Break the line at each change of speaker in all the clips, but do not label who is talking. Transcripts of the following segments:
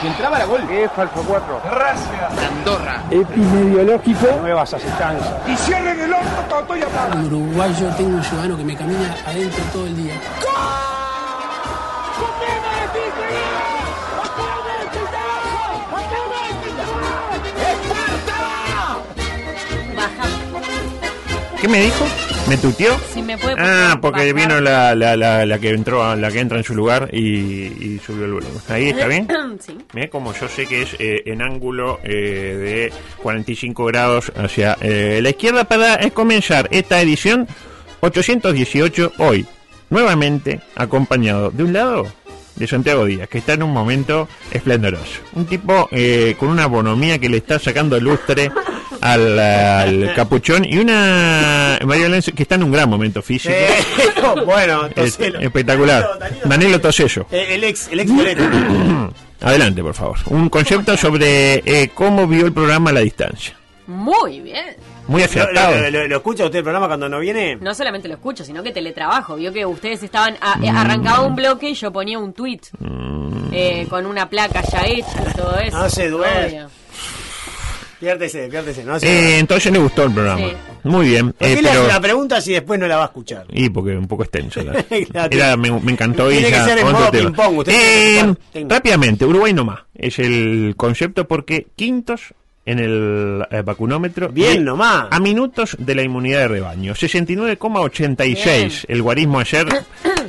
Si entraba la gol. Es Falso 4.
Epidemiológico.
Y cierren el orto, Toto y apaga.
Un uruguayo, tengo un ciudadano que me camina adentro todo el día.
Baja.
¿Qué me dijo? ¿Me tuteó?
Si me puede, por
Ah,
favor,
porque
bajar.
vino la, la, la, la que entró, la que entra en su lugar y, y subió el volumen. Ahí está bien.
sí.
Mirá como yo sé que es eh, en ángulo eh, de 45 grados hacia eh, la izquierda para eh, comenzar esta edición 818 hoy. Nuevamente acompañado de un lado de Santiago Díaz, que está en un momento esplendoroso. Un tipo eh, con una bonomía que le está sacando lustre al, al capuchón y una María Lenz que está en un gran momento físico.
bueno,
Es-
Toselo.
espectacular. Danilo Tosello.
Eh, El ex, el ex Violeta.
Mm. Adelante, por favor. Un concepto sobre eh, cómo vio el programa a la distancia.
Muy bien.
Muy
lo,
acertado.
lo- lo- lo- lo escucha usted el programa cuando no viene?
No solamente lo escucho, sino que teletrabajo. Vio que ustedes estaban. a- eh, arrancaba un bloque y yo ponía un tweet.
Mm.
eh, con una placa ya hecha y todo eso.
No se duerme.
Obvio.
Piérdese, piérdese. No
Eh,
sé.
entonces le gustó el programa.
Sí.
Muy bien.
¿Por
eh,
qué le hace
pero...
la pregunta si después no la va a escuchar?
Y porque un poco extenso. la-
Claro.
Era- me, me encantó y
Tiene que
ya,
ser en
otro
modo
tema.
ping-pong, usted
Eh,
tiene que jugar.
rápidamente, Uruguay nomás. Es el concepto porque quintos en el eh, vacunómetro.
Bien
y
nomás.
A minutos de la inmunidad de rebaño. 69,86. El guarismo ayer,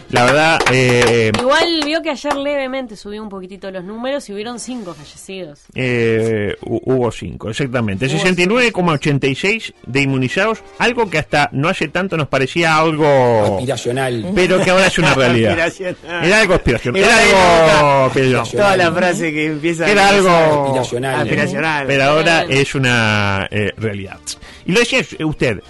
la verdad, eh,
Igual vio que ayer levemente subió un poquitito los números y hubieron cinco fallecidos.
Eh, hu- hubo 5, exactamente.
Hubo
69,86 de inmunizados, algo que hasta no hace tanto nos parecía algo...
Aspiracional.
Pero que ahora es una realidad.
Aspiracional.
Era algo aspiracional.
Igual
Era
ahí
algo... Pero,
Toda la frase que empieza
era algo...
Aspiracional.
aspiracional.
Pero ahora es una eh, realidad. Y lo decía usted.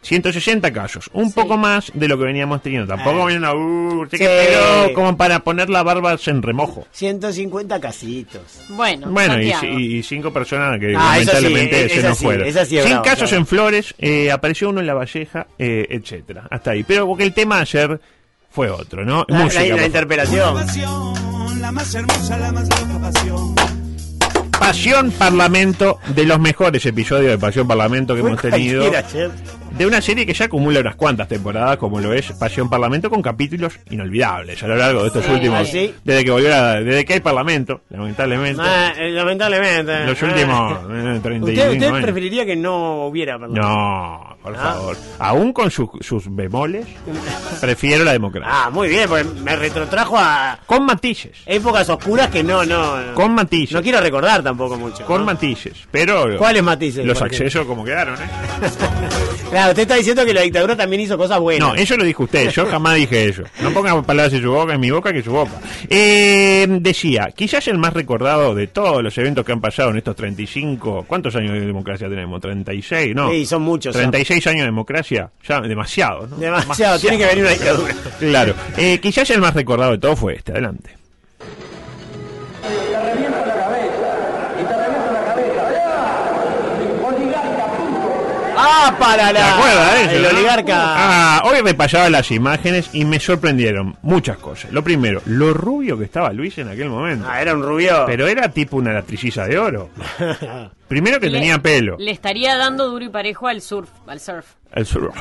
160 casos, un
Sí.
poco más de lo que veníamos teniendo. Tampoco
Ah.
venía una, uh, sí que-
Sí.
pero como para poner la barba en remojo.
150 casitos.
Bueno,
Bueno, y,
Santiago.
y- y cinco personas que
Ah, eso sí,
lamentablemente
eh,
se
esa
nos
sí,
fueron.
esa sí es
Cien
bravo,
casos
claro.
en Flores, eh, apareció uno en La Valleja, eh, etcétera. Hasta ahí. Pero porque el tema ayer fue otro, ¿no?
La,
Música,
la- la
por favor.
interpelación.
Pasión Parlamento, de los mejores episodios de Pasión Parlamento que
Fue
hemos tenido.
cualquiera ayer.
De una serie que ya acumula unas cuantas temporadas, como lo es Pasión Parlamento, con capítulos inolvidables a lo largo de estos
Sí,
últimos.
ah, sí.
Desde que volvió la- desde que hay Parlamento, lamentablemente.
Ah, eh, lamentablemente.
los
Ah.
últimos eh, 35
¿Usted, usted
años.
preferiría que no hubiera perdón?
No, por
Ah.
favor. Aún con sus, sus bemoles, prefiero la democracia.
Ah, muy bien, porque me retrotrajo a
Con matices.
épocas oscuras que no, no. no.
Con matices.
No quiero recordar tampoco mucho.
con
¿no?
matices. Pero
¿Cuáles matices?
los
Porque-
accesos como quedaron, ¿eh?
Claro, usted está diciendo que la dictadura también hizo cosas buenas.
No, eso lo dijo usted. Yo jamás dije eso. No ponga palabras en su boca, en mi boca, que en su boca. Eh, decía, quizás el más recordado de todos los eventos que han pasado en estos 35... ¿Cuántos años de democracia tenemos? ¿36? No.
Sí, son muchos, ya.
36 años de democracia. Ya, demasiado, ¿no?
Demasiado, tiene que venir una dictadura.
Claro. Eh, quizás el más recordado de todos fue este. Adelante.
¡Ah, para
¿Te
la!
acuerdas de eso,
El
no?
oligarca.
Ah, hoy repasaba las imágenes y me sorprendieron muchas cosas. Lo primero, lo rubio que estaba Luis en aquel momento.
Ah, era un rubio.
Pero era tipo una latriciza de oro. Primero que
Le-
tenía pelo.
Le estaría dando duro y parejo al surf, al surf,
Al surf.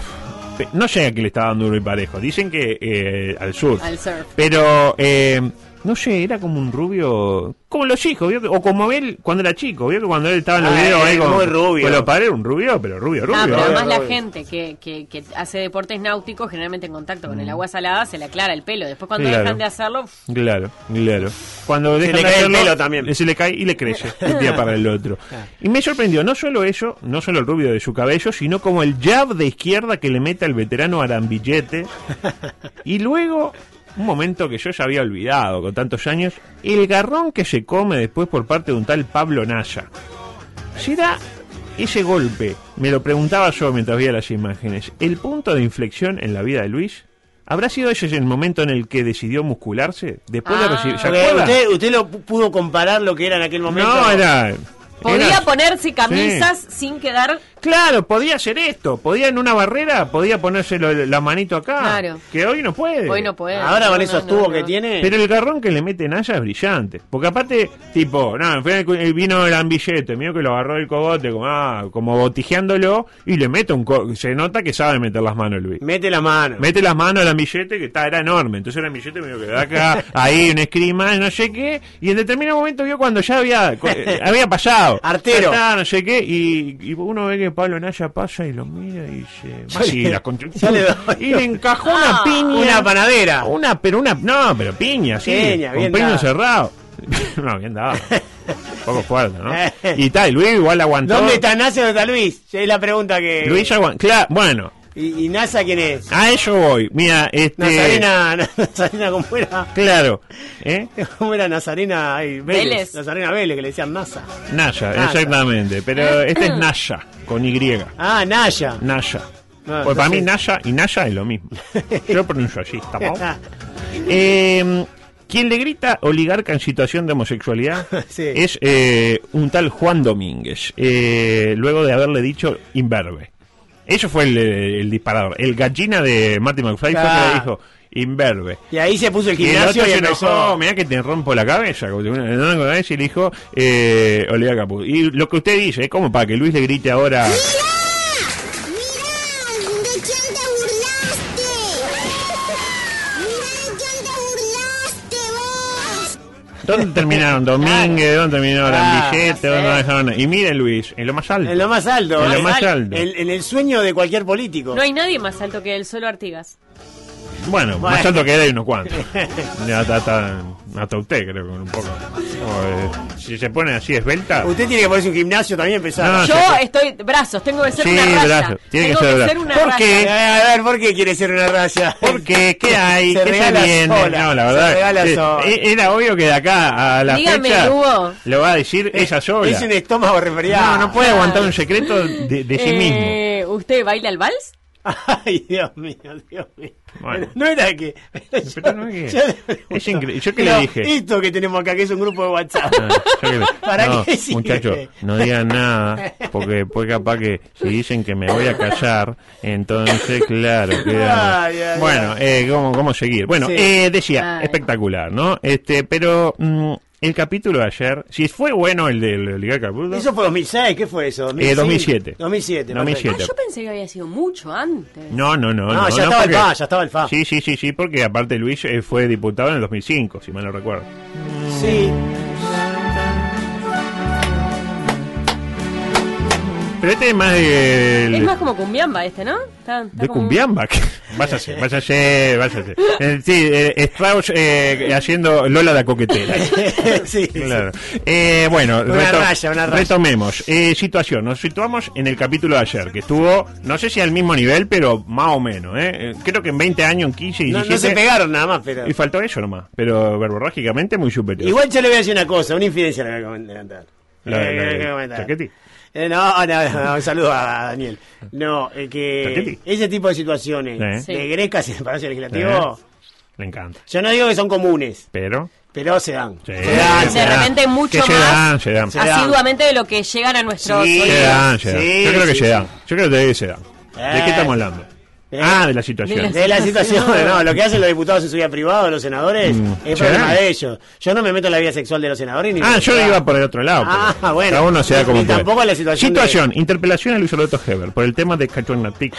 Pe- No sé a qué le estaba dando duro y parejo. Dicen que eh, al sur.
al surf.
Pero eh, No sé, era como un rubio. Como los hijos, ¿vio? o como él cuando era chico. Vio que cuando él estaba en los
Ah,
videos.
era
ahí con-
muy rubio.
Con los padres, un rubio, pero rubio, rubio.
Ah, pero
¿eh?
además la
obvio.
gente que, que, que hace deportes náuticos, generalmente en contacto con el agua salada, se le aclara el pelo. Después cuando
Claro.
dejan de hacerlo, pf,
Claro, claro. Cuando dejan
le
de
cae el
hacerlo,
pelo también.
Se le cae y le crece de un día para el otro. Y me sorprendió no solo eso, no solo el rubio de su cabello, sino como el jab de izquierda que le mete al veterano Arambillete. Y luego, un momento que yo ya había olvidado con tantos años, el garrón que se come después por parte de un tal Pablo Naya. ¿Será ese golpe? Me lo preguntaba yo mientras veía las imágenes. ¿El punto de inflexión en la vida de Luis? ¿Habrá sido ese el momento en el que decidió muscularse? Después de
Ah.
recibir. ¿Se
Porque
acuerda?
usted, usted lo pu- pudo comparar lo que era en aquel momento.
No, era.
podía
era-
ponerse camisas sin quedar.
Claro, podía hacer esto. Podía en una barrera, podía ponerse lo- la manito acá.
Claro.
Que hoy no puede.
Hoy no puede.
Ahora
No,
con
no,
esos
no,
tubos
no.
que tiene.
Pero el garrón que le mete Naya es brillante. Porque aparte, tipo, no, fue- vino el ambillete, mío que lo agarró el cogote, como, ah, como botijeándolo, y le mete un co- Se nota que sabe meter las manos Luis.
Mete la mano.
Mete las manos al ambillete, que está, era enorme. Entonces el ambillete medio que da acá, ahí, un escrima, no sé qué. Y en determinado momento vio cuando ya había, cu- eh, había pasado.
Artero.
Ya está, no sé qué. Y, y uno ve que Pablo Naya pasa y lo mira y dice.
Ya
"Más
le-
y la contra-
ya le doy".
Y le encajó una
Ah.
piña.
Una panadera.
Una, pero una. No, pero piña, sí.
Piña,
con
bien
puño
dada.
cerrado. no, bien dado. Un poco fuerte, ¿no? Y tal, Luis igual aguantó.
¿Dónde está Nasa y dónde está Luis? Es la pregunta que.
Luis Eh. aguantó. Claro, bueno,
¿Y, y Nasa quién es?
a eso voy. Mira, este.
Nazarena, Nazarena, ¿cómo era?
Claro. ¿Eh?
¿Cómo era Nazarena? ay, Vélez.
Vélez.
Nazarena Vélez, que le decían Nasa.
Naya,
Naya. Eh.
exactamente. Pero este es Naya, con Y.
Ah, Naya.
Naya.
No,
pues para mí
Ah, entonces- Ah.
Naya y Naya es lo mismo. Yo lo pronuncio así, ¿está mal? Eh, Quien le grita oligarca en situación de homosexualidad
Sí.
es eh, un tal Juan Domínguez, eh, luego de haberle dicho imberbe. Eso fue el, el disparador. El gallina de Marty McFly fue que
Ah.
le dijo imberbe.
y ahí se puso el
Y el
gimnasio
otro
y,
se
empezó.
enojó, mirá que te rompo la cabeza. como si fuera- no, no, no, Y le dijo, eh, Olivia Caput. Y lo que usted dice, es como para que Luis le grite ahora.
¡Mirá! ¿De quién te burlaste? ¡Mirá de quién te burlaste vos!
¿Dónde terminaron Domínguez? ¿Dónde terminaron
Ah,
Billete?
no sé.
¿Dónde dejaron? Y mire Luis, en lo más alto.
En lo más alto.
En lo
¿eh?
más alto.
En, en el sueño de cualquier político.
No hay nadie más alto que él, solo Artigas.
Bueno, más
Bueno.
alto que él hay unos cuantos. Ya está- está- Hasta usted, creo, con un poco. O, eh, si se pone así esbelta.
Usted tiene que ponerse un gimnasio también y empezar.
No, Ah,
Yo
sí.
estoy. Brazos, tengo que ser
Sí,
una raya.
brazos. Tiene que
tengo
ser
que
brazos.
ser una
¿Por
raya.
qué?
Eh, a ver, ¿por qué quiere ser una raya?
¿Por qué? ¿Qué hay?
Se
¿Qué se
regala
viene?
sola,
no, la
se
verdad.
regala
eh,
sola.
eh, era obvio que de acá a la
Dígame,
fecha
Hugo.
lo va a decir ella sola.
Eh, Es un estómago resfriado.
No, no puede
Claro.
aguantar un secreto de, de sí mismo.
Eh, ¿Usted baila el vals?
Ay, Dios mío, Dios mío.
Bueno.
No era que.
Pero no es que-
yo le pregunto,
es increíble. Yo que
pero
le dije.
Esto que tenemos acá, que es un grupo de WhatsApp.
Ah, yo que-
¿Para
no,
qué sirve?
Muchachos, no digan nada, porque después capaz que si dicen que me voy a callar, entonces, claro. queda-
Ay, ay,
bueno, eh, ¿cómo, ¿cómo seguir? Bueno,
Sí.
eh, decía,
Ay.
espectacular, ¿no? este Pero mm, el capítulo de ayer, si fue bueno el del Oligarca Bruto,
Eso fue 2006, ¿qué fue eso?
Eh, 2007. 2007.
2007.
Ah,
perfecto.
yo pensé que había sido mucho antes.
No, no, no.
No, ya estaba el
porque-
FA, ya estaba el FA.
Sí, sí, sí, sí, porque aparte Luis eh, fue diputado en el 2005, si mal no recuerdo.
Sí.
Pero este es más de...
Es más como cumbiamba este, ¿no? Está- está
de
como-
Cumbiamba. Váyase, váyase, váyase. Eh, sí, eh, Strauss eh, haciendo Lola la coquetera.
sí.
Claro. Eh, bueno,
Una raya, una raya.
retomemos. Eh, situación, nos situamos en el capítulo de ayer, que estuvo, no sé si al mismo nivel, pero más o menos. ¿eh? Eh, Creo que en 20 años, en 15 y
No,
17.
no se pegaron nada más, pero.
Y faltó eso nomás, pero verborrágicamente muy superior.
Igual yo le voy a decir una cosa, una infidencia le voy a comentar.
La-
Eh,
la-
le voy
la-
a comentar.
Chaquetti.
Eh, no, no, no, un saludo a Daniel. No, eh,
Chaquetti.
que ese tipo de situaciones
Sí.
de grecas en el Palacio Legislativo,
Me ¿Eh? encanta.
yo no digo que son comunes,
Pero.
pero se dan.
Sí,
se dan,
se
se
de
dan.
dan.
repente mucho
Que se
más
dan, se dan.
Se dan.
asiduamente de lo que llegan a nuestros
Sí.
oídos.
Se dan, se dan.
Sí,
Yo creo que
sí,
se
sí.
dan. Yo creo que todavía se dan. ¿De qué estamos hablando?
Eh.
Ah, de la situación.
De la situación, no, lo que hacen los diputados en su vida privada, los senadores, es
Mm. se
problema
dan.
de ellos. Yo no me meto en la vida sexual de los senadores ni
Ah,
me-
yo iba por el otro lado.
Ah,
pero
bueno.
Cada uno se da como
Y
puede.
tampoco la situación
Situación, interpelación a Luis Alberto Heber por el tema de Cachornatic.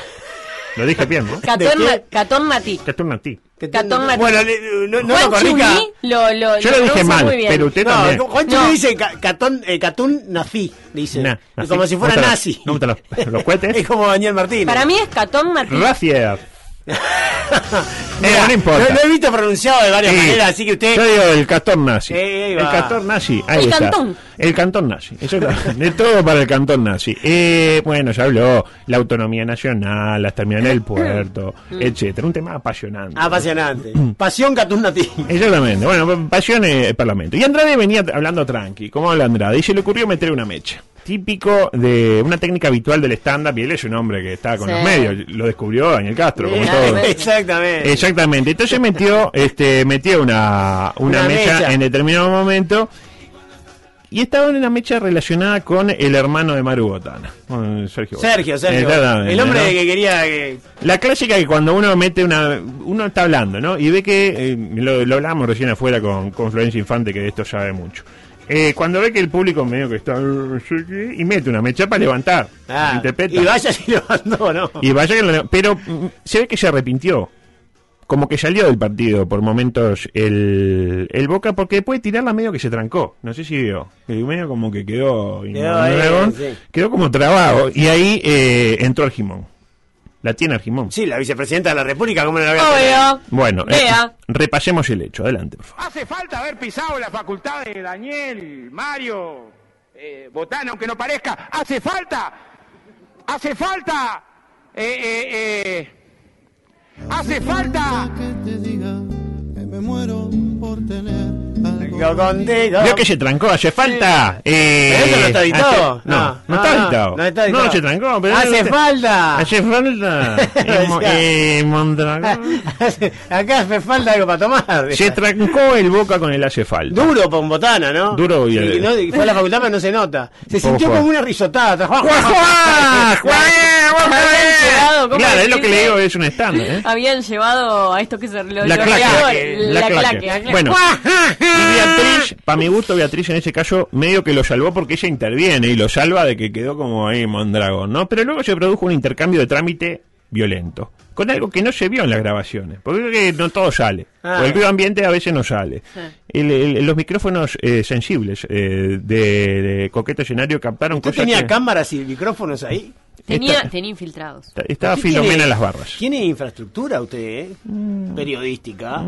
Lo dije bien, ¿no?
Catón,
¿De
Ma-
qué?
Catón Matí.
Cachornatic.
Te-
Catón Martínez.
Bueno, le- no, no lo
Juan
corrija.
Chulí lo, lo,
Yo lo dije
pronuncia
mal,
muy bien.
pero usted
No,
también.
Juancho
No.
le dice ca- catón, eh, catún nací, dice.
Nah,
Y
nací.
como si fuera
No te lo-
nazi.
no te lo- los cohetes.
es como Daniel Martínez.
Para mí es Catón Martínez.
Gracias.
Mirá,
Eh, no importa.
Lo, lo he visto pronunciado de varias
Sí.
maneras, así que usted.
Yo digo el cantón nazi.
Sí, ahí
el
va.
cantón nazi. Ahí
El
está.
cantón.
El cantón nazi. Eso es de todo para el cantón nazi. Eh, bueno, ya habló. La autonomía nacional, las terminales del puerto,
Mm.
etcétera. Un tema apasionante.
Ah, Apasionante. Pasión catún nací.
Exactamente. Bueno, pasión eh, el Parlamento. Y Andrade venía hablando tranqui, como habla Andrade, y se le ocurrió meter una mecha. Típico de una técnica habitual del stand-up, y él es un hombre que está con
Sí.
los medios, lo descubrió Daniel Castro, como
Bien.
todo. eh,
Exactamente.
Exactamente. Entonces metió, este, metió una, una,
Una
mecha,
mecha.
en determinado momento. Y estaba en una mecha relacionada con el hermano de Maru Botana. con Sergio. Botana.
Sergio, Sergio.
Exactamente,
El hombre
¿no?
que quería que.
La clásica que cuando uno mete una. Uno está hablando, ¿no? Y ve que. eh, lo, lo hablábamos recién afuera con, con Florencia Infante, que de esto sabe mucho. Eh, cuando ve que el público medio que está. eh, no sé qué, Y mete una mecha para levantar.
Ah,
interpreta.
y vaya si lo mandó, ¿no?
Y vaya que lo- Pero mm, se ve que se arrepintió. Como que salió del partido por momentos el, el Boca, porque después de tirarla medio que se trancó. No sé si vio. Que Medio como que quedó. y
Quedó
no-
ahí,
luego
sí.
quedó como trabado. Y ahí eh, entró Argimón. La tiene Argimón.
Sí, la vicepresidenta de la República, ¿cómo no la voy a tener?
Obvio.
Bueno, eh,
Vea.
repasemos el hecho. Adelante, por favor.
Hace falta haber pisado la facultad de Daniel, Mario, eh, Botana, aunque no parezca. Hace falta, hace falta, eh, eh, eh, hace falta.
Yo contigo.
Vio que se trancó, hace falta. Eh,
Ah. Pero eso no está editado. Ah.
hace- no, no, está editado.
No, está editado.
No, se trancó. Pero
Hace
no-
falta.
Hace falta. Eh, mo- eh, Mondragón.
Acá hace falta algo para tomar.
Se trancó el boca con el hace falta.
Duro con botana, ¿no?
Duro y-
y, que no, y fue a la facultad, pero no se nota. Se
Poco.
sintió como una risotada. Trabajó-
¡Guajua! ¡Guajua!
Cuidado, ¿cómo
Claro, es
decirle?
lo que le digo, es un estándar. ¿eh?
Habían llevado a esto que se lo
La
lo
claque,
regaló,
la claque. Bueno. Y Beatriz, para mi gusto, Beatriz en ese caso, medio que lo salvó porque ella interviene y lo salva de que quedó como ahí Mondragón, ¿no? Pero luego se produjo un intercambio de trámite violento, con algo que no se vio en las grabaciones, porque creo que no todo sale,
Ah.
porque el ruido ambiente a veces no sale. El- el- los micrófonos eh, sensibles eh, de, de Coqueto Escenario captaron
¿Usted
cosas
tenía
que-
cámaras y micrófonos ahí?
Tenía,
Esta-
tenía infiltrados.
Está- Estaba
¿Usted
Filomena
tiene-
en las barras. Mm.
Tiene infraestructura usted, ¿eh? Periodística,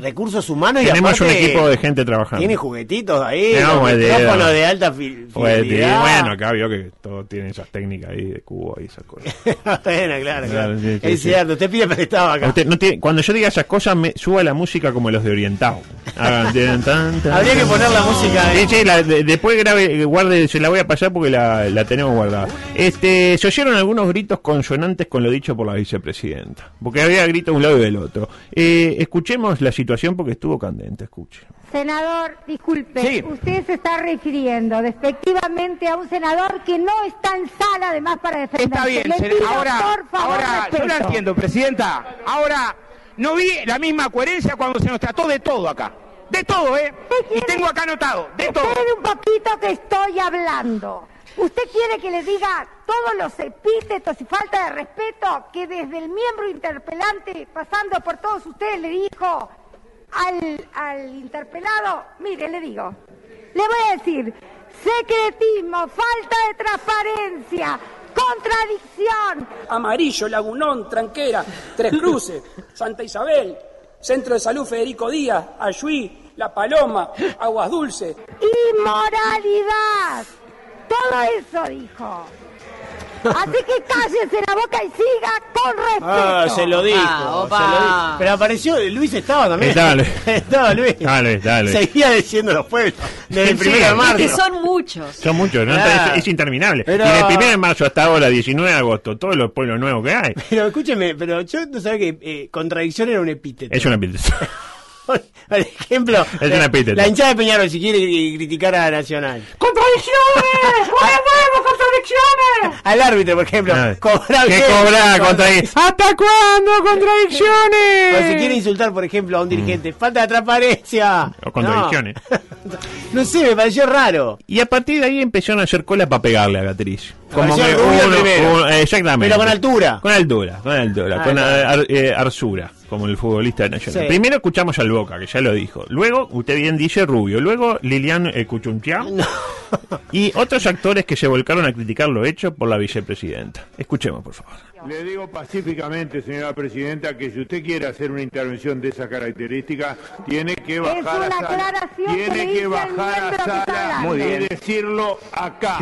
recursos humanos y
Tenemos un
aparte...
equipo de gente trabajando.
Tiene juguetitos ahí,
No,
con
buen dedo.
micrófonos de alta fi-
Pues, y
fidelidad.
bueno, acá vio que todos tienen esas técnicas ahí de cubo y esas cosas.
bueno, claro, claro.
Claro, sí, sí,
es
sí.
cierto, usted pide prestado acá.
A usted no tiene- cuando yo diga esas cosas, me suba la música como los de Orientado. Hagan tan, tan, tan.
Habría que poner la música de...
Sí, sí, la- de- después grabe, guarde, se la voy a pasar porque la, la tenemos guardada. Este, se oyeron algunos gritos consonantes con lo dicho por la vicepresidenta, porque había gritos de un lado y del otro. Eh, escuchemos la situación porque estuvo candente, escuche.
Senador, disculpe,
Sí.
usted se está refiriendo despectivamente a un senador que no está en sala además para defenderse.
Está bien,
Le
se-
pido,
ahora,
por favor,
ahora, yo la
respeto.
entiendo, Presidenta. Ahora, no vi la misma coherencia cuando se nos trató de todo acá. De todo, ¿eh? Y tengo acá anotado, de todo.
Espere un poquito que estoy hablando. ¿Usted quiere que le diga todos los epítetos y falta de respeto que desde el miembro interpelante, pasando por todos ustedes, le dijo al, al interpelado? Mire, le digo, le voy a decir, secretismo, falta de transparencia, contradicción,
Amarillo, Lagunón, Tranquera, Tres Cruces, Santa Isabel, Centro de Salud Federico Díaz, Ayuí, La Paloma, Aguas Dulces.
inmoralidad. Todo eso dijo. Así que cállese la boca y siga con respeto.
Ah, se lo dijo,
opa.
se lo dijo. Pero apareció, Luis estaba también.
Estaba Luis.
Estaba Luis.
Estaba Luis, estaba Luis.
Seguía diciendo los pueblos desde el
Sí,
primero de
es
marzo.
Que son muchos.
Son muchos, ¿no?
Claro.
es, es interminable.
Pero-
Y del 1 de marzo hasta ahora, 19 de agosto, todos los pueblos nuevos que hay.
Pero escúcheme, pero yo no sabía que eh, contradicción era un epíteto.
Es una pintura.
Por ejemplo,
Es
la-
un epíteto.
la hinchada de Peñarol, si quiere eh, criticar a Nacional.
¡Contradicciones! contradicciones!
Al árbitro, por ejemplo. Cobrar
¿Qué
bien.
cobrar? Contradic- ¿Hasta cuándo?
O si quiere
¡Contradicciones!
insultar, por ejemplo, a un dirigente. Falta de transparencia.
Mm. O contradicciones.
No. No sé, me pareció raro.
Y a partir de ahí empezaron a hacer cola para pegarle a Beatriz. Como
Apareció
que
el rubio
uno-
primero.
uno- eh, exactamente.
Pero con altura.
Con altura, con altura,
Ah,
con
claro.
eh, ar- eh, arsura, como el futbolista nacional.
Sí.
Primero escuchamos al Boca, que ya lo dijo. Luego, usted bien dice Rubio. Luego Lilian eh, Cuchunchián. Y otros actores que se volcaron a criticar lo hecho por la vicepresidenta. Escuchemos, por favor.
Le digo pacíficamente, señora presidenta, que si usted quiere hacer una intervención de esa característica, tiene que
Es
bajar
una
a sala.
aclaración que le
Tiene
hice
que
al
bajar
miembro
a
que está
sala
hablando. Muy
y
bien.
decirlo acá.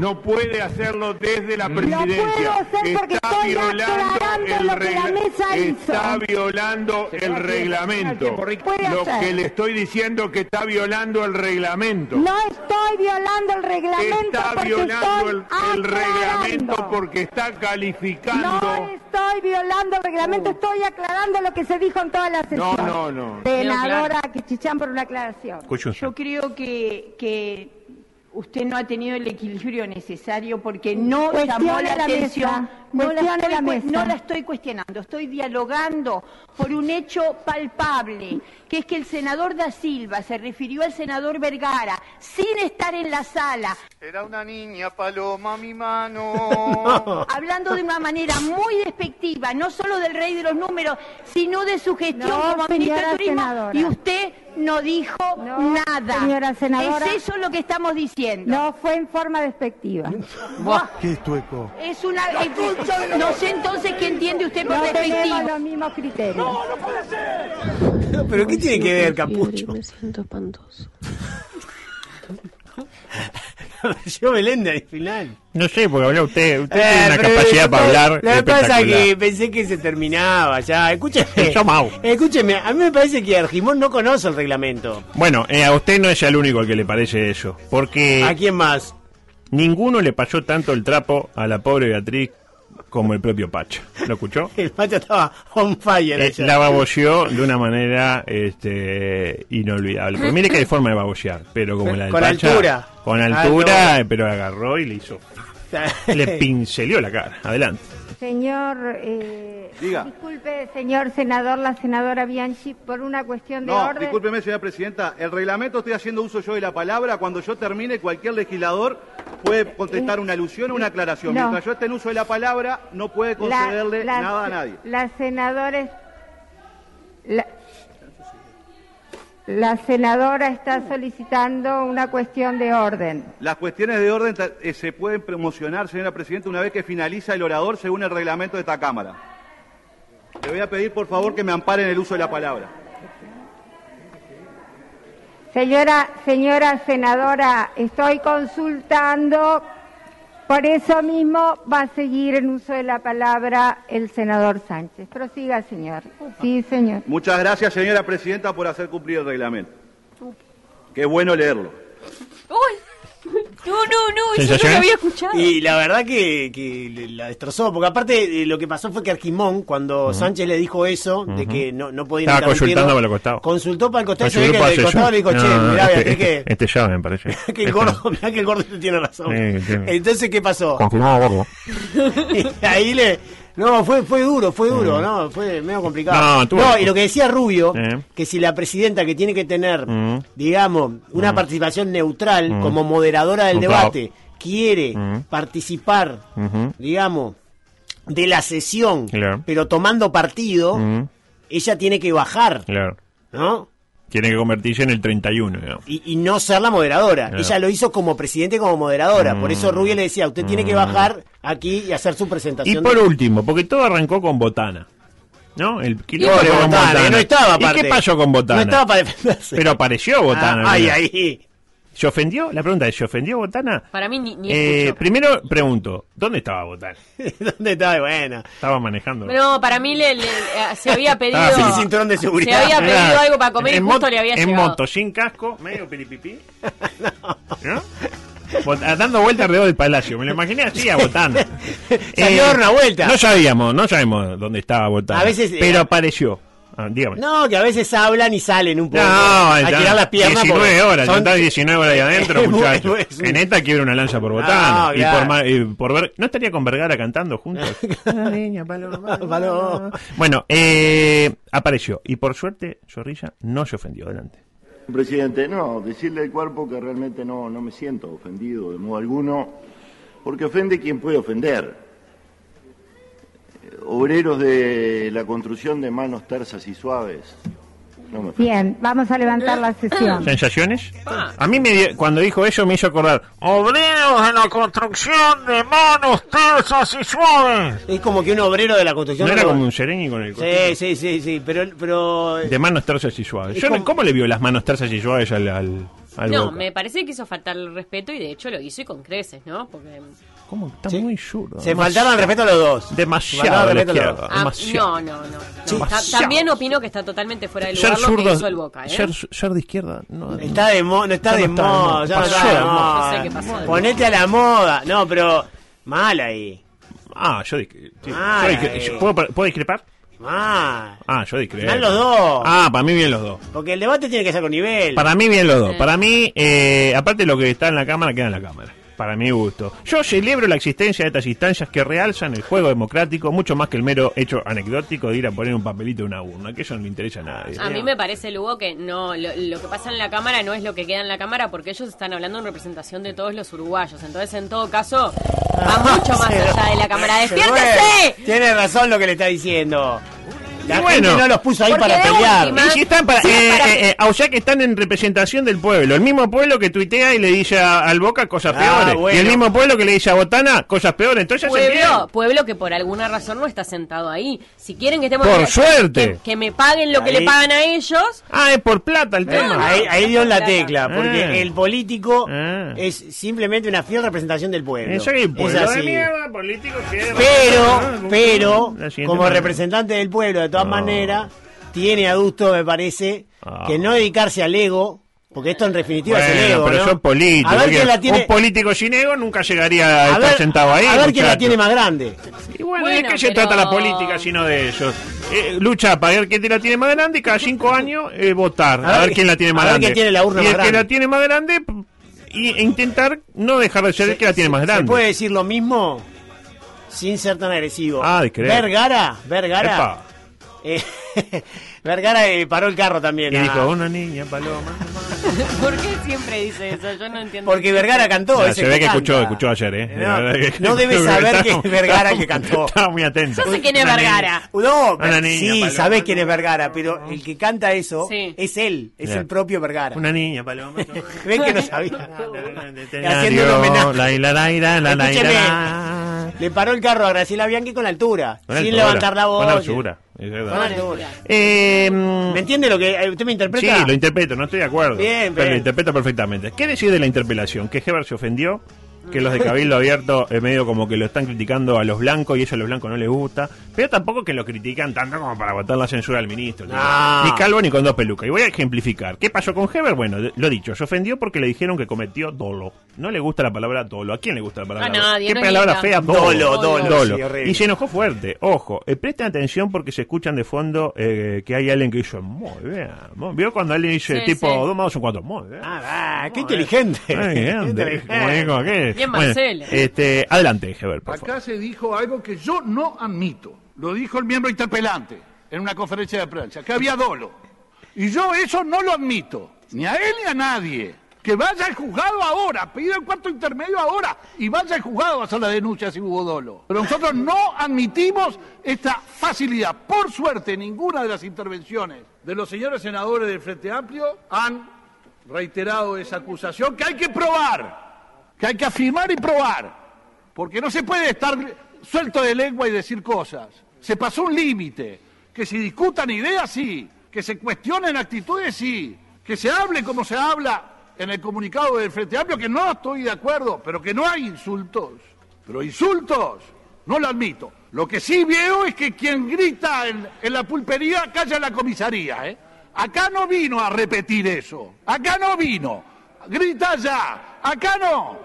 No puede hacerlo desde la
puedo
presidencia.
hacer porque
está
estoy
violando
aclarando
el
lo que la
regla-
mesa
Está
hizo.
violando el reglamento.
Puede
Lo
hacer.
que le estoy diciendo es que está violando el reglamento.
No estoy violando el reglamento
Está
porque
violando
estoy
el, el reglamento
aclarando.
porque está calificando.
No estoy violando el reglamento, estoy aclarando lo que se dijo en toda la sesión.
no, no.
Senadora Quichichán por una aclaración.
Cuchunchián.
creo que, que usted no ha tenido el equilibrio necesario porque no
Cuestione
llamó la
la
atención.
mesa,
No la,
cuestione
estoy,
la
cu-
mesa.
no la estoy cuestionando, estoy dialogando por un hecho palpable, que es que el senador da Silva se refirió al senador Vergara sin estar en la sala,
Era una niña paloma mi mano.
hablando de una manera muy despectiva, no solo del rey de los números, sino de su gestión
No,
como ministro
señora
de turismo.
senadora.
Y usted no dijo
No,
nada.
señora senadora.
Es eso lo que estamos diciendo.
No fue en forma despectiva.
¿Qué es tueco?
Es una. eh, no sé entonces qué entiende usted por
No tenemos
despectivo.
los mismos criterios.
¿Pero qué tiene que ver, Capucho?
Me siento espantoso.
Yo Belén al final.
No sé, porque habla usted. Usted
Eh,
tiene una
pero
capacidad
yo
para
pe-
hablar.
Lo que pasa
espectacular.
que pensé que se terminaba ya. Escúcheme.
Yo, Mau.
Escúcheme, a mí me parece que Argimón no conoce el reglamento.
Bueno, eh, a usted no es el único al que le parece eso. Porque. ¿A
quién más?
Ninguno le pasó tanto el trapo a la pobre Beatriz como el propio Pacha. ¿Lo escuchó?
El pacho estaba on fire.
Eh,
ayer.
la baboseó de una manera este, inolvidable. Porque mire que hay forma de babosear, pero como la del
Con
Pacha,
altura.
Con altura,
Ah, no.
eh, pero agarró y le hizo. Le pincelió la cara. Adelante.
Señor, eh,
Diga.
disculpe, señor senador, la senadora Bianchi, por una cuestión de
No,
orden.
discúlpeme, señora presidenta. El reglamento estoy haciendo uso yo de la palabra. Cuando yo termine, cualquier legislador puede contestar una alusión o una aclaración.
Eh, No.
Mientras yo esté en uso de la palabra, no puede concederle
la-
nada a nadie.
La senadora, es- la, la senadora está solicitando una cuestión de orden.
Las cuestiones de orden ta- eh, se pueden promocionar, señora presidenta, una vez que finaliza el orador según el reglamento de esta Cámara. Le voy a pedir, por favor, que me amparen el uso de la palabra.
Señora, señora senadora, estoy consultando. Por eso mismo va a seguir en uso de la palabra el senador Sánchez. Prosiga, señor. Sí, señor.
Muchas gracias, señora presidenta, por hacer cumplir el reglamento. Qué bueno leerlo.
Uy, no, no, no, eso no lo
Sensaciones.
había escuchado.
Y la verdad que, que le- la destrozó, porque aparte eh, lo que pasó fue que Arquimón, cuando Sánchez le dijo eso, de
Ujú.
que no, no podía
Estaba
interrumpirlo,
consultando para el costado.
Consultó para el
Con
costado, y
su
se ve que
grupo
el del
asesor.
costado le dijo,
No,
che,
no, no,
mirá,
este,
Beatriz, que,
este ya me parece. Este,
que el gordo, mirá que el gordo tiene razón.
Sí, sí.
Entonces, ¿qué pasó?
Confirmado gordo.
Y ahí le... No, fue, fue duro, fue duro, ¿no? Fue medio complicado.
No, tuvo-
y lo que decía Rubio,
Eh.
que si la presidenta que tiene que tener
Mm.
digamos, una participación neutral
Mm.
como moderadora del
Claro.
debate, quiere
Mm.
participar,
Ujú.
digamos, de la sesión,
Claro.
pero tomando partido,
Mm,
ella tiene que bajar,
claro.
¿no?
Tiene que convertirse en el 31. digamos.
Y, y no ser la moderadora.
Claro.
Ella lo hizo como presidente, como moderadora. Por eso
Mm.
Rubio le decía, usted tiene que
Mm.
bajar aquí y hacer su
Y
presentación.
por
de-
último, porque todo arrancó con Botana. ¿No? El quilombo
Pobre
con
Botana, que no estaba
¿Y
aparte.
qué pasó con Botana?
No estaba para defenderse.
Pero apareció Botana.
Ah, ay,
¿no?
ay.
¿Se ofendió? La pregunta es, ¿se ofendió Botana?
Para mí ni, ni
Eh,
escucho.
primero pregunto, ¿dónde estaba Botana?
¿Dónde estaba? Bueno.
Estaba manejando.
No, para mí le, le- eh, se había pedido.
Estaba Ah, sin
cinturón de seguridad.
Se había pedido
Claro.
algo para comer y
En
justo
mot-
le había
en
llegado.
moto, sin casco, medio piripipí. ¿No? Bot- Dando vueltas alrededor del palacio. Me lo imaginé así a Botana.
Salió a dar una vuelta.
No sabíamos, no sabemos dónde estaba Botana.
A veces, eh,
pero apareció. Ah, dígame.
No, que a veces hablan y salen un poco. a
ya,
tirar las piernas.
19
porque
horas, ya
son-
está 19 horas ahí adentro,
Es muy-
muchachos.
es muy-
En esta quiebra una lanza por Botana.
No,
y,
claro.
por, ma- y por ver. ¿No estaría con Vergara cantando juntos? Ah,
Paloma.
Bueno, eh, apareció. Y por suerte, Zorrilla no se ofendió. Adelante.
Presidente, no, decirle al cuerpo que realmente no, no me siento ofendido de modo alguno.
porque ofende quien puede ofender. Eh, Obreros de la construcción de manos tersas y suaves. No me
Bien, vamos a levantar la sesión.
¿Sensaciones?
Ah.
A mí me dio- cuando dijo eso me hizo acordar. Obreros de la construcción de manos tersas y suaves.
Es como que un obrero de la construcción.
No era
lo-
como un sereni con el costado.
Sí, sí, sí, sí, pero... pero...
De manos tersas y suaves.
Es
Yo no-
como-
¿Cómo le vio las manos tersas y suaves al, al, al
No,
Boca?
me parece que hizo faltarle el respeto y de hecho lo hizo y con creces, ¿no? Porque.
¿Cómo? Está muy zurdo.
Se faltaron al respeto a los dos.
Demasiado a la
Faltaron al respeto a los
izquierda.
Ah,
demasiado.
no, no, no. no.
Sí.
Ta- También opino que está totalmente fuera de lugar
Ser
lo
zurdo-
que hizo el Boca, ¿eh?
ser- ser de izquierda. No,
Está de moda, no
Ya no
está de
está de
moda,
moda,
ya no
pasó
está
de
de
moda.
moda.
Yo sé que pasó de
Ponete a la moda. No, pero mal ahí.
Ah, yo, discre- sí,
Ah,
yo discre-
eh.
¿puedo, ¿Puedo discrepar?
Mal.
Ah, yo discrepo.
Mal los dos.
Ah, para mí bien los dos.
Porque el debate tiene que ser con nivel.
Para mí bien los dos.
Sí.
Para mí, eh, aparte lo que está en la cámara, queda en la cámara. Para mi gusto. Yo celebro la existencia de estas instancias que realzan el juego democrático mucho más que el mero hecho anecdótico de ir a poner un papelito en una urna, que eso no le interesa a nadie.
A mí me parece, Lugo, que no lo, lo que pasa en la Cámara no es lo que queda en la Cámara porque ellos están hablando en representación de todos los uruguayos. Entonces, en todo caso, va
Ah,
mucho más allá de la Cámara.
Se fue.
¡Despiértese!
Tiene razón lo que le está diciendo. La
Y bueno.
gente no los puso ahí
Porque
para
de
pelear.
última-
Y si están para,
Sí,
eh,
para-
eh, eh, o sea que están en representación del pueblo, el mismo pueblo que tuitea y le dice a- al Boca cosas
Ah,
peores,
bueno.
y el mismo pueblo que le dice a Botana cosas peores, entonces hacen bien.
Pueblo, pueblo que por alguna razón no está sentado ahí. Si quieren que estemos.
Por
que-
suerte.
Que, que me paguen lo que
Ahí.
le pagan a ellos.
Ah, es por plata el tema.
Eh, Ahí, ahí dio en la tecla, porque
Ah.
el político
Ah.
es simplemente una fiel representación del pueblo.
Eso que pueblo
es
de
así.
mierda, político que- Ah,
Pero,
como-
pero,
La siguiente
como
manera.
representante del pueblo, de todas maneras, tiene adusto, me parece,
Ah.
que no dedicarse al ego, porque esto en definitiva es el
Bueno,
ego.
pero
¿no?
son políticos.
A ver
porque
quién la
Un
tiene,
político sin ego nunca llegaría a,
a
estar
ver-
sentado ahí.
a ver quién la
muchacho.
tiene más grande.
Y bueno, ¿de
Bueno,
qué se
pero-
trata la política sino de ellos? Eh, lucha para ver quién te la tiene más grande y cada cinco años eh, votar. A ver,
ver
quién la tiene más
a ver
grande.
quién tiene la urna
y
más
el que
grande.
la tiene más grande p- y, e intentar no dejar de ser el que la tiene más
¿Se
grande.
puede decir lo mismo sin ser tan agresivo?
Ah, de creer.
Vergara, Vergara.
Epa.
eh, Vergara eh, paró el carro también.
Y
ah,
dijo, una niña, paloma.
¿Por qué siempre dice eso? Yo no entiendo.
Porque Vergara cantó.
Ah,
es
se
el
ve que
canta.
escuchó, escuchó ayer, ¿eh?
No,
La verdad que-
no debe saber que
Estaba-
es Vergara que cantó.
Estaba muy atento.
Yo sé quién es
Una niña.
Vergara.
No,
Una
pero-
niña,
sí,
paloma.
sabés quién es Vergara, pero el que canta eso
Sí.
es él, es
Claro.
el propio Vergara.
Una niña, paloma.
¿Ven que no sabía? Haciendo un
Escenario,
homenaje.
la, la, la, la, la, la,
Escúcheme,
la.
le paró el carro a Graciela Bianchi con altura,
Con
sin
altura,
levantar la voz.
Con altura. es verdad.
Con altura.
Eh,
¿Me entiende lo que eh, usted me
sí,
interpreta?
lo interpreto, no estoy de acuerdo.
Bien,
pero
bien.
lo interpreto perfectamente. ¿Qué decir de la interpelación? ¿Que Heber se ofendió? Que los de Cabildo Abierto es medio como que lo están criticando a los blancos y eso a los blancos no les gusta. Pero tampoco que lo critican tanto como para votar la censura al ministro. tío.
No.
Ni calvo ni con dos pelucas. Y voy a ejemplificar. ¿Qué pasó con Heber? Bueno, de- lo dicho, se ofendió porque le dijeron que cometió dolo. No le gusta la palabra dolo. ¿A quién le gusta la palabra
A
dolo?
nadie,
¿Qué
no
palabra
linda.
fea?
Dolo, dolo,
Dolo.
sí, horrible.
y se enojó fuerte. Ojo, eh, presten atención porque se escuchan de fondo eh, que hay alguien que hizo muy bien. muy- ¿Vio cuando alguien dice
Sí,
tipo
sí.
dos más dos son cuatro? Muy bien.
Ah, va, qué
Muy bien.
inteligente.
Muy bien.
Qué inteligente.
Como digo, ¿qué?
Bien,
Bueno,
Marcelo.
este, adelante, Heber, por favor.
Acá se dijo algo que yo no admito. Lo dijo el miembro interpelante en una conferencia de prensa, que había dolo. Y yo eso no lo admito, ni a él ni a nadie. Que vaya al juzgado ahora, pida el cuarto intermedio ahora y vaya al juzgado a hacer la denuncia si hubo dolo. Pero nosotros no admitimos esta facilidad. Por suerte, ninguna de las intervenciones de los señores senadores del Frente Amplio han reiterado esa acusación que hay que probar, que hay que afirmar y probar. Porque no se puede estar suelto de lengua y decir cosas. Se pasó un límite. Que se discutan ideas, sí. Que se cuestionen actitudes, sí. Que se hable como se habla en el comunicado del Frente Amplio, que no estoy de acuerdo, pero que no hay insultos. Pero insultos, no lo admito. Lo que sí veo es que quien grita en, en la pulpería calla en la comisaría. ¿eh? Acá no vino a repetir eso. Acá no vino. Grita ya. Acá no.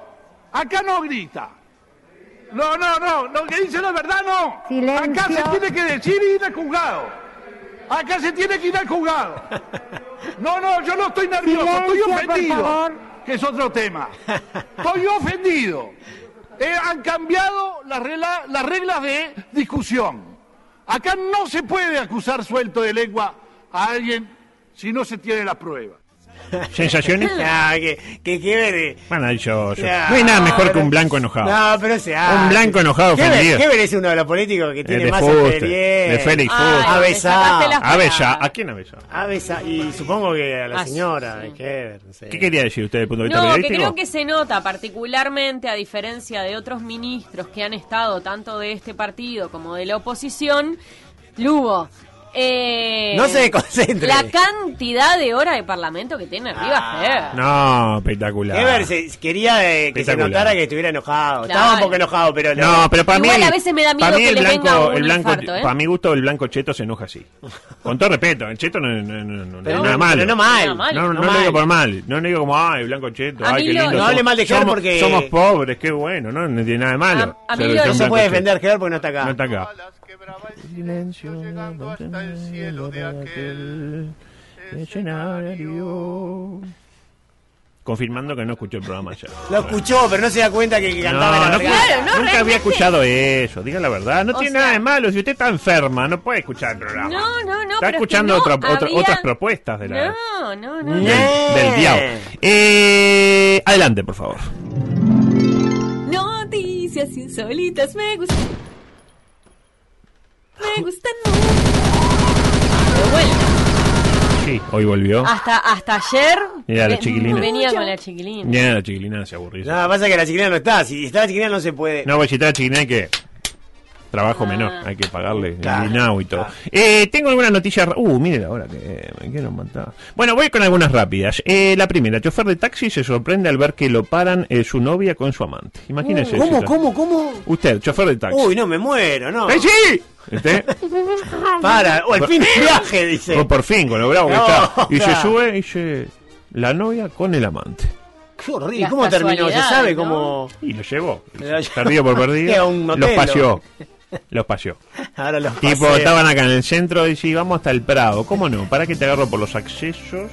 Acá no grita. No, no, no, lo que dice la verdad no.
Silencio.
Acá se tiene que decir y ir al juzgado. Acá se tiene que ir al juzgado. No, no, yo no estoy nervioso,
Silencio,
estoy
por
ofendido.
favor.
Que es otro tema. Estoy ofendido. Eh, han cambiado las regla- las reglas de discusión. Acá no se puede acusar suelto de lengua a alguien si no se tiene la prueba.
¿Sensaciones?
Ah, que, que, que ver, eh.
Maravilloso.
Ah,
no hay nada mejor que
pero-
un blanco enojado.
No, pero se hace.
Un blanco enojado
Heber-
ofendido. Eh,
Heber es uno de los políticos que tiene
de
más
Fuster,
experiencia.
de Félix Ay, Fuster.
A
le sacaste
besar.
las A besar. palabras. ¿A quién a besar?
A besar. Ah, Y supongo que a la
Ah, sí,
señora. que Heber, no sé.
¿Qué quería decir usted desde el punto de vista
No, que
periodístico?
creo que se nota particularmente, a diferencia de otros ministros que han estado tanto de este partido como de la oposición, Lugo. eh,
No se desconcentre.
La cantidad de horas de parlamento que tiene arriba Fer.
Ah, No, espectacular.
Heber se- quería eh, que se
Espectacular.
notara que estuviera enojado.
Claro.
Estaba un poco enojado, pero... lo-
No, pero para
Igual
mí.
a veces me da miedo
para mí
que
el
le
blanco,
venga un
el blanco,
infarto, ¿eh?
para mi gusto el blanco cheto se enoja así. Con todo respeto, el cheto no, no, no, no,
Pero
no es
no-
malo.
pero no mal.
No, no,
No
lo
mal.
digo por mal. No lo digo como ay, blanco cheto,
A
ay,
mí
qué
lo-
lindo.
No
somos-
hable mal de Ger
somos,
porque-
somos pobres, qué bueno, no, no tiene nada de malo.
A mí
Ser-
lo-
ser
no
un
se
blanco
puede
cheto.
defender Heber porque no está acá.
No está acá.
Silencio llegando hasta el cielo de aquel.
Confirmando que no escuchó el programa ya.
Lo escuchó, pero no se da cuenta que, que cantaba
No,
en la
no,
vergada.
nunca había escuchado eso, diga la verdad. No
O
tiene
sea-
nada de malo. Si usted está enferma, no puede escuchar el programa.
No, no, no.
está
pero es que
escuchando
no
otra- otra-
había-
otras propuestas de la,
No, no, no.
del,
no.
del diablo. Eh, adelante, por favor.
Noticias insólitas me gustan. Me gustan mucho. De vuelta.
Sí, hoy volvió.
Ah.
Hasta, hasta ayer.
Mira la
ve-
chiquilina.
Venía con la chiquilina.
Ya la chiquilina se aburrió.
No, pasa que la chiquilina no está. Si está la chiquilina no se puede.
No, pues si está la chiquilina hay que.
Ah.
Trabajo menor, hay que pagarle el guinao y todo. Eh, tengo algunas noticias. ra- Uh, mire ahora que eh, me quiero matar. Bueno, voy con algunas rápidas. Eh, la primera, chofer de taxi se sorprende al ver que lo paran eh, su novia con su amante. Imagínese.
Uh, ¿Cómo,
eso.
cómo, cómo?
Usted, chofer de taxi.
Uy, no, me muero, no.
¡Eh, sí! Este,
Para, o al fin del viaje, dice.
o por fin, con lo bravo que
No,
está. Y
claro.
se sube y dice: La novia con el amante.
Qué horrible. Las ¿Cómo terminó? ¿Se sabe
casualidades,
cómo...?
Y lo llevó.
Lo llevó.
Perdido por
Era
perdido.
un
Los
hotel,
paseó. Los paseó.
Ahora los
Tipo,
pasea.
estaban acá en el centro y dice, vamos hasta el Prado. ¿Cómo no? ¿Para que te agarro por los accesos?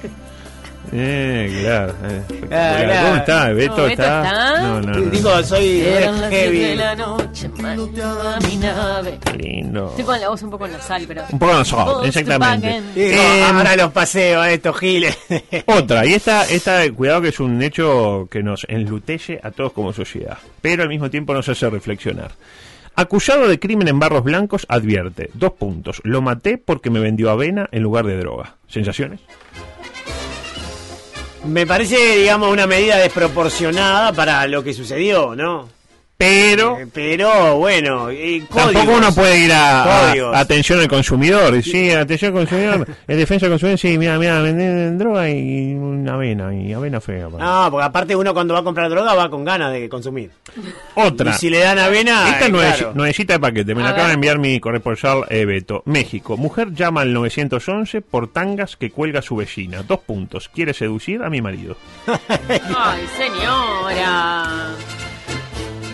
Eh, claro. eh, espectacular.
Ah, claro.
¿Cómo está? ¿Beto,
No, Beto
está?
está.
No, no, no.
Digo, soy
Eran
red
las 10 de
heavy.
la noche. mañana mi nave.
Lindo.
Estoy con la voz un poco nasal, pero.
Un poco nosotros,
Volkswagen.
exactamente.
Digo,
Eh,
ahora los paseos, estos giles.
Otra, y esta, esta, cuidado que es un hecho que nos enlutece a todos como sociedad, pero al mismo tiempo nos hace reflexionar. Acusado de crimen en Barros Blancos, advierte, dos puntos, lo maté porque me vendió avena en lugar de droga. ¿Sensaciones?
Me parece, digamos, una medida desproporcionada para lo que sucedió, ¿no? Eh,
Pero...
Pero, bueno, eh,
Tampoco
códigos.
uno puede ir a, a-
Códigos.
a atención al consumidor. Y Sí, atención al consumidor. En defensa del consumidor, sí, mira, mira, venden droga y una avena, y avena fea. pa.
No, porque aparte uno cuando va a comprar droga va con ganas de consumir.
Otra.
Y si le dan avena,
Esta
eh,
nueve-
claro.
nuevecita de paquete. Me
A
la acaba
ver.
de enviar mi corresponsal eh, Beto. México. Mujer llama al 911 por tangas que cuelga su vecina. Dos puntos. Quiere seducir a mi marido.
Ay, señora.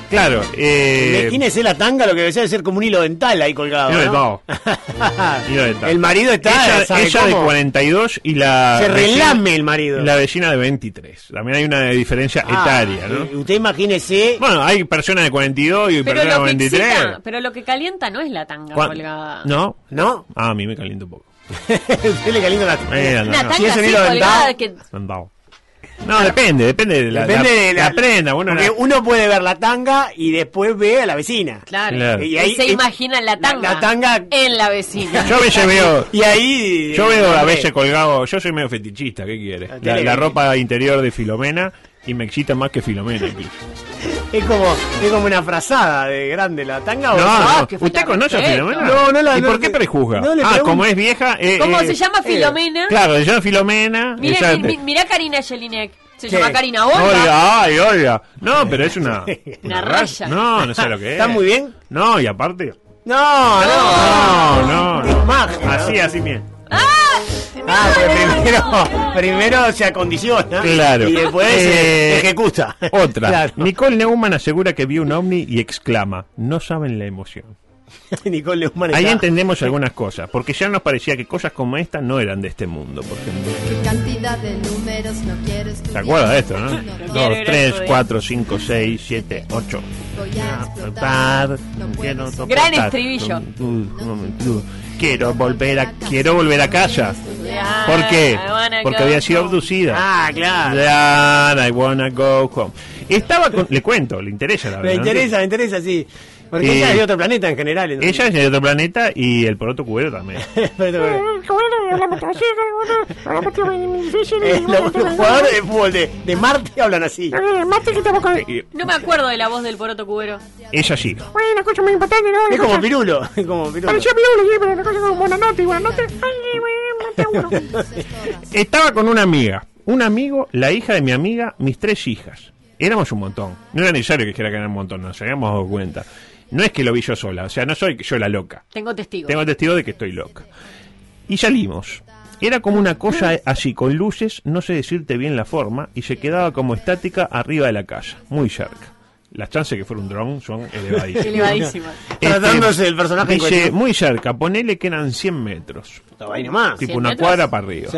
Claro. Eh,
Imagínese la tanga, lo que debe ser como un hilo dental ahí colgado.
Hilo
¿no?
dental. Hilo dental.
El marido está,
Ella,
¿sabe
ella de
cómo?
42 y la.
Se
vecina-
relame el marido.
La vecina de 23. También hay una diferencia
Ah,
etaria, ¿no?
y Usted imagínese.
Bueno, hay personas de 42 y
Pero
personas
lo,
de
que
23.
excita- pero lo que calienta no es la tanga
¿Cuán-
colgada.
¿No?
¿No?
Ah, a mí me calienta un poco.
Usted le calienta la
Eh, no,
Una
no.
tanga así colgada que
Andado. No, depende, depende de la,
Depende
la-
de la,
la prenda. Bueno,
porque
la-
uno puede ver la tanga y después ve a la vecina.
Claro.
Claro.
Y se
eh,
imagina la tanga.
la tanga-
En la vecina.
Yo a veces veo.
Y ahí. eh,
Yo veo a
hombre,
veces colgado. Yo soy medio fetichista, ¿qué quiere? La,
tiene
la
que-
ropa interior de Filomena y me excita más que Filomena. incluso.
Es como, es como una frazada de grande la tanga.
No, eh.
o-
no.
Ah, qué
¿Usted conoce a
respeto.
Filomena?
No, no la-
¿Y
no
por
le-
qué prejuzga?
no le
ah,
pregunto.
como es vieja. eh,
¿Cómo
eh,
se llama Filomena?
Claro, se llama Filomena.
Mirá,
exacto.
mi- mirá Karina Jelinek. Se
¿Qué?
llama Karina Borba.
Oiga, ay, oiga. No, pero es una.
Una raya.
No, no sé lo que es.
¿Está muy bien?
No, y aparte.
No,
No,
no.
no, no.
Imagen.
Así, así bien.
Ah, pero primero, primero se acondiciona.
Claro.
Y después
Eh,
se ejecuta.
Otra.
Claro.
Nicole Neumann asegura que vio un ovni y exclama: No saben la emoción.
Nicole Neumann
Ahí
está-
entendemos algunas cosas, porque ya nos parecía que cosas como esta no eran de este mundo, por ejemplo.
Cantidad de números no quiero
¿Te
estudiar.
acuerdas de esto, no?
quiero
Dos,
ir a
tres,
estudiar.
cuatro, cinco, seis, siete, ocho.
Voy a explotar.
Soportar, quiero soportar.
Gran estribillo.
Mm, mm, mm, mm. Quiero volver a, quiero volver a casa. ¿Por qué?
Ah, I wanna
Porque
go
había sido abducida.
Ah, claro.
Claro, I wanna go home. Estaba con- le cuento, le interesa la
Me
verdad. ¿no?
interesa, me interesa, sí. Porque
Eh,
ella es de otro planeta en general. entonces.
Ella es de otro planeta y el poroto cubero también.
Eh, los jugadores de fútbol de, de Marte hablan así.
Eh,
No me acuerdo de la voz del poroto cubero.
Ella sí.
Bueno, una cosa muy importante, ¿no? Una
Es como
cosa-
pirulo. Es como pirulo.
Pareció Pirulo, sí, pero una cosa como buenas noches, buenas noches. Ay, buenas noches, uno.
Estaba con una amiga, un amigo, la hija de mi amiga, mis tres hijas. Éramos un montón. No era necesario que dijera que eran un montón, nos habíamos dado cuenta. No es que lo vi yo sola, o sea, no soy yo la loca.
Tengo testigos.
Tengo testigo de que estoy loca. Y salimos. Era como una cosa así, con luces, no sé decirte bien la forma, y se quedaba como estática arriba de la casa, muy cerca. Las chances de que fuera un dron son elevadísimas.
Elevadísimo.
Este,
Tratándose del personaje en
Dice,
cuestión.
muy cerca, ponele que eran 100 metros.
Estaba ahí nomás.
Tipo
100
una
metros.
cuadra para arriba.
Sí.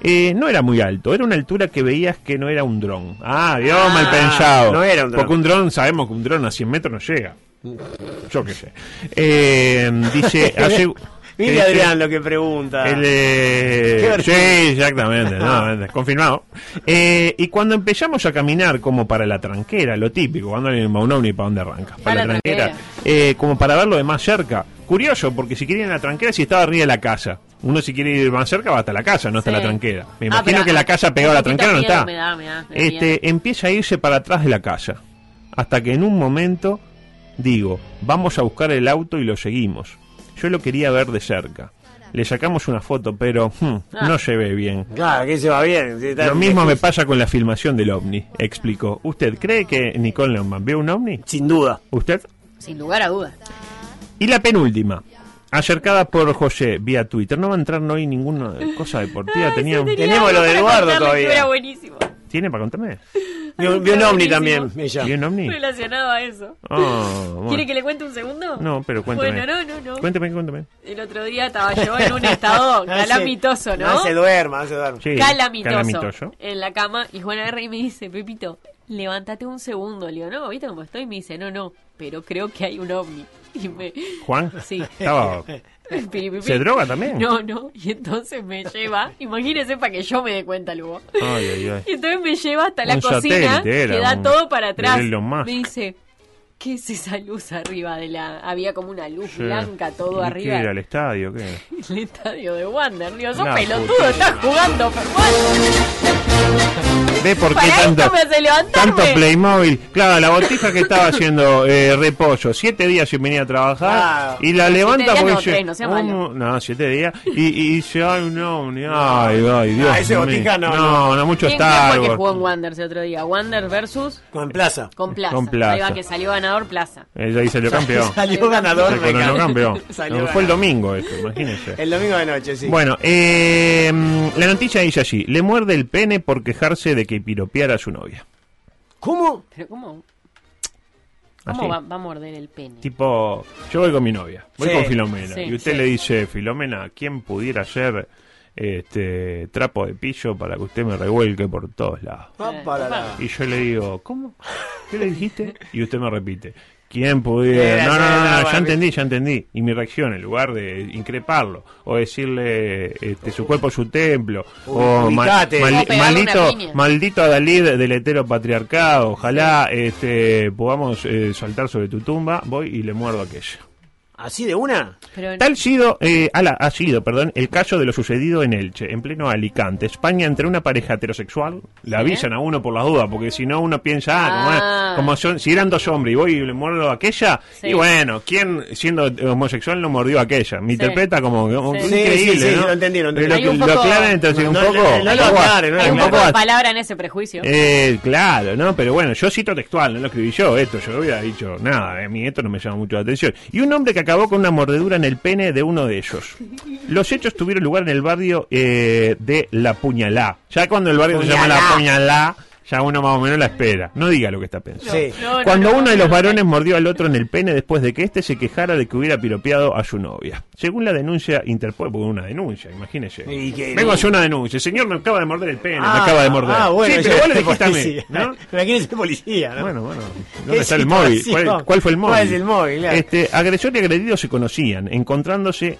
Eh, no era muy alto, era una altura que veías que no era un dron. Ah, Dios,
Ah,
mal pensado.
no era un dron.
Porque un dron, sabemos que un dron a 100 metros no llega. Yo qué sé. Eh, dice, asegu- que
Mire
dice-
Adrián lo que pregunta.
el, eh,
Qué versión.
sí, exactamente, no, confirmado. Eh, y cuando empezamos a caminar como para la tranquera, lo típico, cuando en el Maunoni para dónde arranca, para,
Para
la
la
tranquera, eh, como para verlo de más cerca. Curioso, porque si querían la tranquera, si estaba arriba de la casa. Uno si quiere ir más cerca va hasta la casa, no hasta
Sí.
la tranquera.
Ah,
Me imagino
pero
que la casa pegada a la
un poquito
tranquera no
miedo me
está.
da, me da, me da
este, empieza a irse para atrás de la casa. Hasta que en un momento digo, vamos a buscar el auto y lo seguimos. Yo lo quería ver de cerca. Le sacamos una foto, pero hmm,
Ah.
no se ve bien.
Claro, que se va bien. sí, está-
Lo mismo me pasa con la filmación del ovni, explicó. ¿Usted cree que Nicole Neumann vio un ovni?
Sin duda.
¿Usted?
Sin lugar a dudas.
Y la penúltima, acercada por José vía Twitter. No va a entrar hoy ninguna cosa deportiva. tenía,
Tenemos lo de Eduardo todavía.
buenísimo.
¿Tiene para contarme?
Vio vio un ovni también. Ella.
¿Vio un ovni?
Relacionado a eso.
Ah, bueno.
¿Quiere que le cuente un segundo?
No, pero cuéntame.
Bueno, no, no, no.
Cuéntame, cuéntame.
El otro día estaba yo en un estado
No se-
Oh, calamitoso, ¿no?
No se duerma, no se duerma.
Sí,
calamitoso,
calamitoso.
en la cama y Juana R. me dice, Pepito, levántate un segundo. Le digo, no, ¿viste cómo estoy? Me dice, no, no, pero creo que hay un ovni. Y me...
¿Juan?
Sí.
Estaba-
Piripipi.
¿Se droga también?
No, no. Y entonces me lleva, imagínese para que yo me dé cuenta luego.
Ay, ay, ay.
Y entonces me lleva hasta la
Un
cocina,
satélite era,
que da
un-
todo para atrás.
de Elon Musk.
Me dice, ¿qué es esa luz arriba de la...? Había como una luz
Sí.
blanca
¿Y
todo
qué
arriba.
era, al estadio? ¿Qué?
El estadio de Wander, digo, sos
Nah,
pelotudo,
puta.
estás jugando,
¿Ve por qué
Para esto
tanto,
me hace levantarme.
tanto Playmobil? Claro, la botija que estaba haciendo eh, reposo, siete días sin venir a trabajar
Claro.
y la
No,
levanta
siete días
porque
no,
dice,
tres, no sea malo.
"Uno", no, siete días y, y dice, ay, no, ni- ay, ay, Dios.
Ah, ese
mío".
botija no,
no,
no.
no, mucho
¿Quién fue
Star
el que
Wars.
jugó en Wander ese otro día? Wander versus
Con Plaza.
con Plaza.
Con Plaza.
Ahí va que salió ganador Plaza.
Ella ahí salió campeón.
Salió ganador,
Se
me
coronó
encanta.
campeón.
Salió
No, fue el
ganador.
domingo eso, imagínense.
El domingo de noche, sí.
Bueno, eh, la noticia dice así, le muerde el pene por quejarse de que piropeara a su novia.
¿Cómo?
Pero ¿cómo? ¿Cómo
Así.
va, va a morder el pene?
Tipo, yo voy con mi novia, voy
Sí.
con Filomena.
Sí,
y usted
sí.
le dice, Filomena, ¿quién pudiera ser este trapo de pillo para que usted me revuelque por todos lados?
Eh,
Papalala.
Y yo le digo, ¿cómo? ¿Qué le dijiste? Y usted me repite, ¿quién pudiera?
Era,
No, no,
era,
no, no, ya
bueno.
entendí, ya entendí. Y mi reacción, en lugar de increparlo, o decirle, este, su cuerpo es su templo, o ma-
ubicate.
mali-
O pegarle una
maldito,
piña.
maldito Adalid del heteropatriarcado, ojalá este, podamos eh, saltar sobre tu tumba, voy y le muerdo aquello.
¿Así de una?
Tal sido, eh, ala, ha sido perdón, el caso de lo sucedido en Elche, en pleno Alicante, España, entre una pareja heterosexual. Le avisan a uno por las dudas, porque si no uno piensa, ah,
Ah.
como, como son, si eran dos hombres y voy y le muerdo a aquella,
Sí.
y bueno, ¿quién siendo homosexual no mordió a aquella? Me
Sí.
interpreta como, como
Sí,
increíble,
sí, sí,
¿no?
lo entendí, lo entendí.
Pero
Hay
Lo,
un
lo
poco-
aclaran, entonces,
no,
un
no,
poco...
no, no lo
poco a-
aclaren, no lo
Hay un poco
a-
de palabra en ese prejuicio.
eh, claro, ¿no? Pero bueno, yo cito textual, no lo escribí yo esto, yo hubiera dicho, nada, eh, a mí esto no me llama mucho la atención. Y un hombre que acabó con una mordedura en el pene de uno de ellos. Los hechos tuvieron lugar en el barrio eh, de La Puñalá. Ya cuando el barrio se llama La Puñalá, ya uno más o menos la espera. No diga lo que está pensando.
Sí.
Cuando uno de los varones mordió al otro en el pene después de que éste se quejara de que hubiera piropeado a su novia. Según la denuncia Interpol, porque una denuncia, imagínese.
Y que-
Vengo a hacer una denuncia. El señor me acaba de morder el pene, me
Ah,
acaba de morder.
Ah, bueno,
sí,
ya
pero vos le
es
dijiste a mí,
policía.
¿no?
Imagínese policía, ¿no?
Bueno, bueno.
Qué
¿Dónde está el móvil?
situación.
¿Cuál, cuál fue el móvil?
¿Cuál es el móvil? Claro.
Este, agresor y agredido se conocían, encontrándose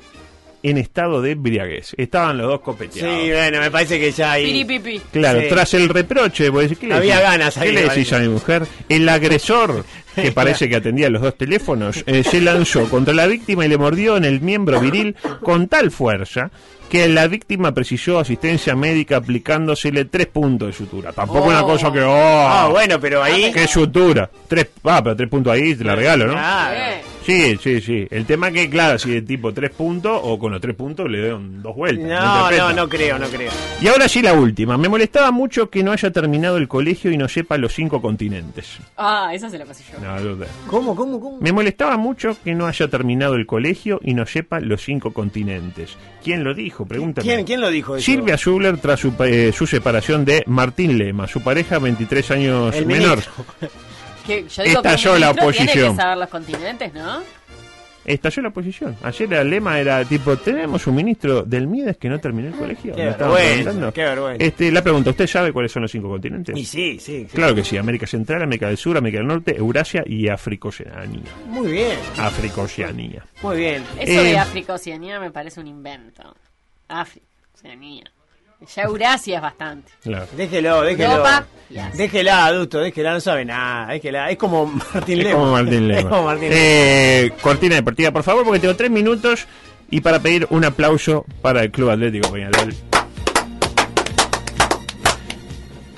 en estado de embriaguez. Estaban los dos copeteados.
Sí, bueno, me parece que ya ahí.
Piripipi.
Claro,
Sí.
tras el reproche, vos decís, ¿qué le
Había
decís?
ganas ahí,
¿Qué le
me
decís a
parece.
mi mujer? El agresor, que parece que atendía los dos teléfonos, eh, se lanzó contra la víctima y le mordió en el miembro viril con tal fuerza que la víctima precisó asistencia médica aplicándosele tres puntos de sutura. Tampoco una
Oh.
cosa que... Oh,
Ah, bueno, pero ahí-
¡Qué sutura! Tres, ah, pero tres puntos ahí te la regalo, ¿no?
Eh,
Claro.
Sí, sí, sí. El tema que, claro, si de tipo tres puntos o con los tres puntos le dan dos vueltas.
No,
interpreta.
no, no creo, no creo.
Y ahora sí la última. Me molestaba mucho que no haya terminado el colegio y no sepa los cinco continentes.
Ah, esa se la pasé yo.
No, no, no.
¿Cómo, cómo, cómo?
Me molestaba mucho que no haya terminado el colegio y no sepa los cinco continentes. ¿Quién lo dijo? Pregúntame.
¿Quién, quién lo dijo eso?
Silvia Zuller tras su, pa- eh, su separación de Martín Lema, su pareja 23 años
El
menor.
ministro.
Que yo digo que
Estalló
un
la
ministro Tiene
oposición.
que saber los continentes, ¿no?
Estalló la oposición. Ayer el lema era tipo, tenemos un ministro del Mides que no terminó el colegio.
Qué
¿Me estaban
vergüenza,
preguntando?
qué vergüenza.
Este, la pregunta, ¿usted sabe cuáles son los cinco continentes?
Y sí, sí. sí.
Claro que sí, América Central, América del Sur, América del Norte, Eurasia y África-Oceanía.
Muy bien,
África-Oceanía.
muy bien.
Eso
Eh,
de África Oceanía me parece un invento. África, Oceanía. Ya Eurasia es bastante.
Claro.
Déjelo, déjelo.
Europa y Asia.
Déjela, adulto, déjela, no sabe nada. Déjela. Es como Martín
Es
Lema.
como Martín Lema.
Es como Martín Lema.
Eh, cortina deportiva, por favor, porque tengo tres minutos y para pedir un aplauso para el Club Atlético Peñarol.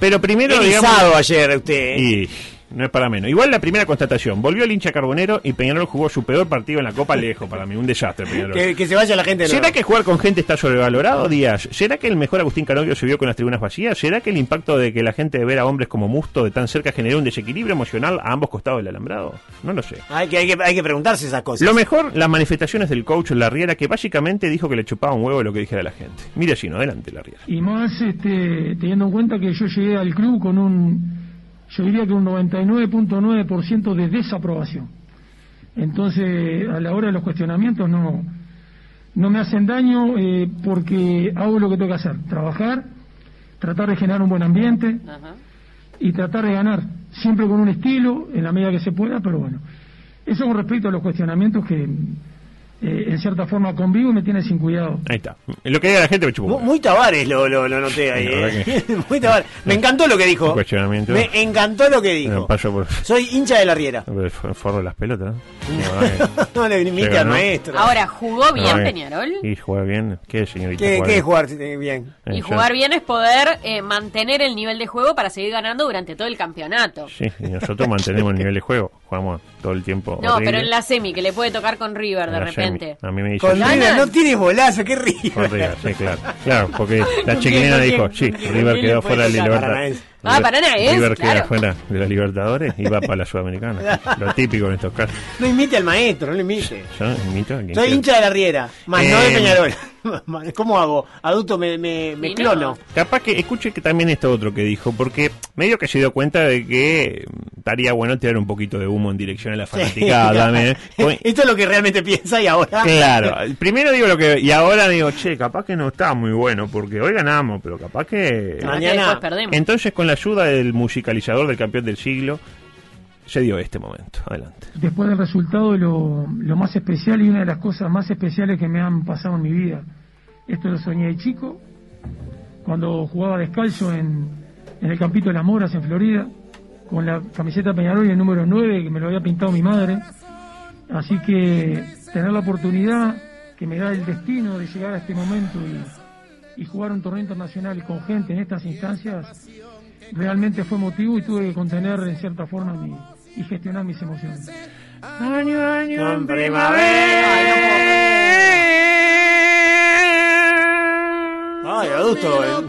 Pero primero, digamos...
Erizado ayer usted. ¿eh?
Y no es para menos. Igual la primera constatación. Volvió el hincha carbonero y Peñarol jugó su peor partido en la Copa Lejos para mí. Un desastre, Peñarol.
Que, que se vaya la gente. de
¿Será
nuevo.
que jugar con gente está sobrevalorado, Díaz? ¿Será que el mejor Agustín Canovio se vio con las tribunas vacías? ¿Será que el impacto de que la gente de ver a hombres como Musto de tan cerca generó un desequilibrio emocional a ambos costados del alambrado? No lo sé.
Hay que, hay que, hay que preguntarse esas cosas.
Lo mejor, las manifestaciones del coach Larriera, que básicamente dijo que le chupaba un huevo lo que dijera la gente. Mire si no, adelante, Larriera.
Y más este, teniendo en cuenta que yo llegué al club con un, yo diría que un 99.9% de desaprobación. Entonces, a la hora de los cuestionamientos no, no me hacen daño eh, porque hago lo que tengo que hacer, trabajar, tratar de generar un buen ambiente
Ajá.
y tratar de ganar, siempre con un estilo, en la medida que se pueda, pero bueno. Eso con respecto a los cuestionamientos que, eh, en cierta forma, convivo y me tiene sin cuidado.
Ahí está. Lo que diga la gente me chupa un
Mu-
huevo.
Muy Tavares lo, lo, lo noté ahí.
La verdad
¿eh? Muy Tavares. Me encantó lo que dijo.
Cuestionamiento.
Me encantó lo que
No,
dijo.
Eh, paso por...
Soy hincha de la Riera.
por el for- forro de las pelotas. ¿no? La verdad que-
No le
Llega,
imite al
¿no?
maestro.
Ahora, ¿jugó
la
bien
verdad que-
Peñarol?
Y jugar bien. ¿Qué, señorita?
¿Qué,
Jugar
qué
bien.
jugar eh, bien?
Eh,
Y
ya-
jugar bien es poder eh, mantener el nivel de juego para seguir ganando durante todo el campeonato.
Sí, y nosotros mantenemos el nivel de juego. Jugamos todo el tiempo.
No,
horrible.
pero en la semi, que le puede tocar con River de
La semi.
repente.
A mí me dice.
Con
sí,
River no tienes bolazo, qué rico.
Con River, sí, claro. Claro, porque la
¿Con
chiquilina
quién,
dijo,
con
sí,
quién, con
River
quién
quedó
le puede
fuera de la
tocar?
libertad.
Paranaense.
Ah, Paranaense,
River queda
claro.
fuera de la Libertadores y va para la Sudamericana. Lo típico en estos casos.
No imite al maestro, no lo imite.
Yo imito a quien
Soy
quiera.
hincha de la Riera, más no de
Eh,
Peñarol. ¿Cómo hago? Adulto me, me, me
Y no.
clono.
Capaz que escuche que también esto otro que dijo, porque medio que se dio cuenta de que mm, estaría bueno tirar un poquito de humo en dirección a la fanaticada. ¿eh? Pues,
Esto es lo que realmente piensa y ahora.
Claro, primero digo lo que. Y ahora digo, che, capaz que no está muy bueno, porque hoy ganamos, pero capaz que.
Capaz que
Mañana-
después perdemos.
Entonces, con la ayuda del musicalizador del campeón del siglo, se dio este momento. Adelante.
Después del resultado, lo, lo más especial y una de las cosas más especiales que me han pasado en mi vida. Esto lo soñé de chico, cuando jugaba descalzo en, en el Campito de las Moras, en Florida, con la camiseta Peñarol y el número 9, que me lo había pintado mi madre. Así que tener la oportunidad que me da el destino de llegar a este momento y, y jugar un torneo internacional con gente en estas instancias, realmente fue motivo y tuve que contener en cierta forma mi- y gestionar mis emociones.
Año, año,
Con primavera. Ay, adulto. eh.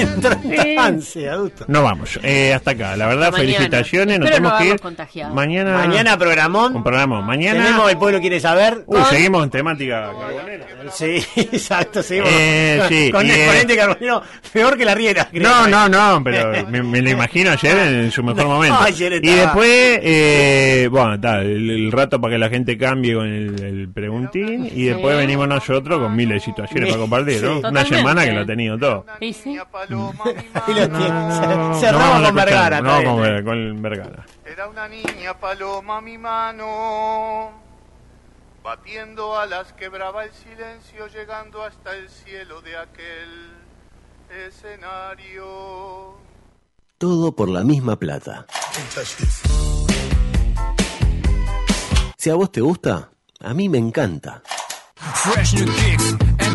Entró en trance, adulto.
No vamos, eh, hasta acá. La verdad,
Hasta mañana.
felicitaciones.
Espero no
Nos tenemos que
habernos
ir.
contagiado.
Mañana.
Mañana
Un
programón.
programa. Ah. Mañana. Uh,
Tenemos El Pueblo Quiere Saber.
Uy, seguimos en temática carbonera.
Sí, exacto, seguimos.
Eh, sí,
Con
y,
el
eh,
ponente carbonero peor que la Riera. creo.
No, no, no, pero me, me lo imagino ayer en su mejor
No,
momento.
ayer
y
estaba-
después, eh, bueno, está, el, el rato para que la gente cambie con el, el preguntín y después
Sí.
venimos nosotros con miles de situaciones
Sí.
para compartir, ¿no?
Sí.
Una
Totalmente.
semana que lo ha tenido todo.
¿Y sí?
Y lo tiene. Cer-
No vamos
Cerramos
a
con
escuchar,
Vergara.
No,
está bien.
vamos con, con Vergara.
Era una niña paloma mi mano. batiendo alas quebraba el silencio, llegando hasta el cielo de aquel escenario.
Todo por la misma plata. Si a vos te gusta, a mí me encanta.
Fresh new kicks and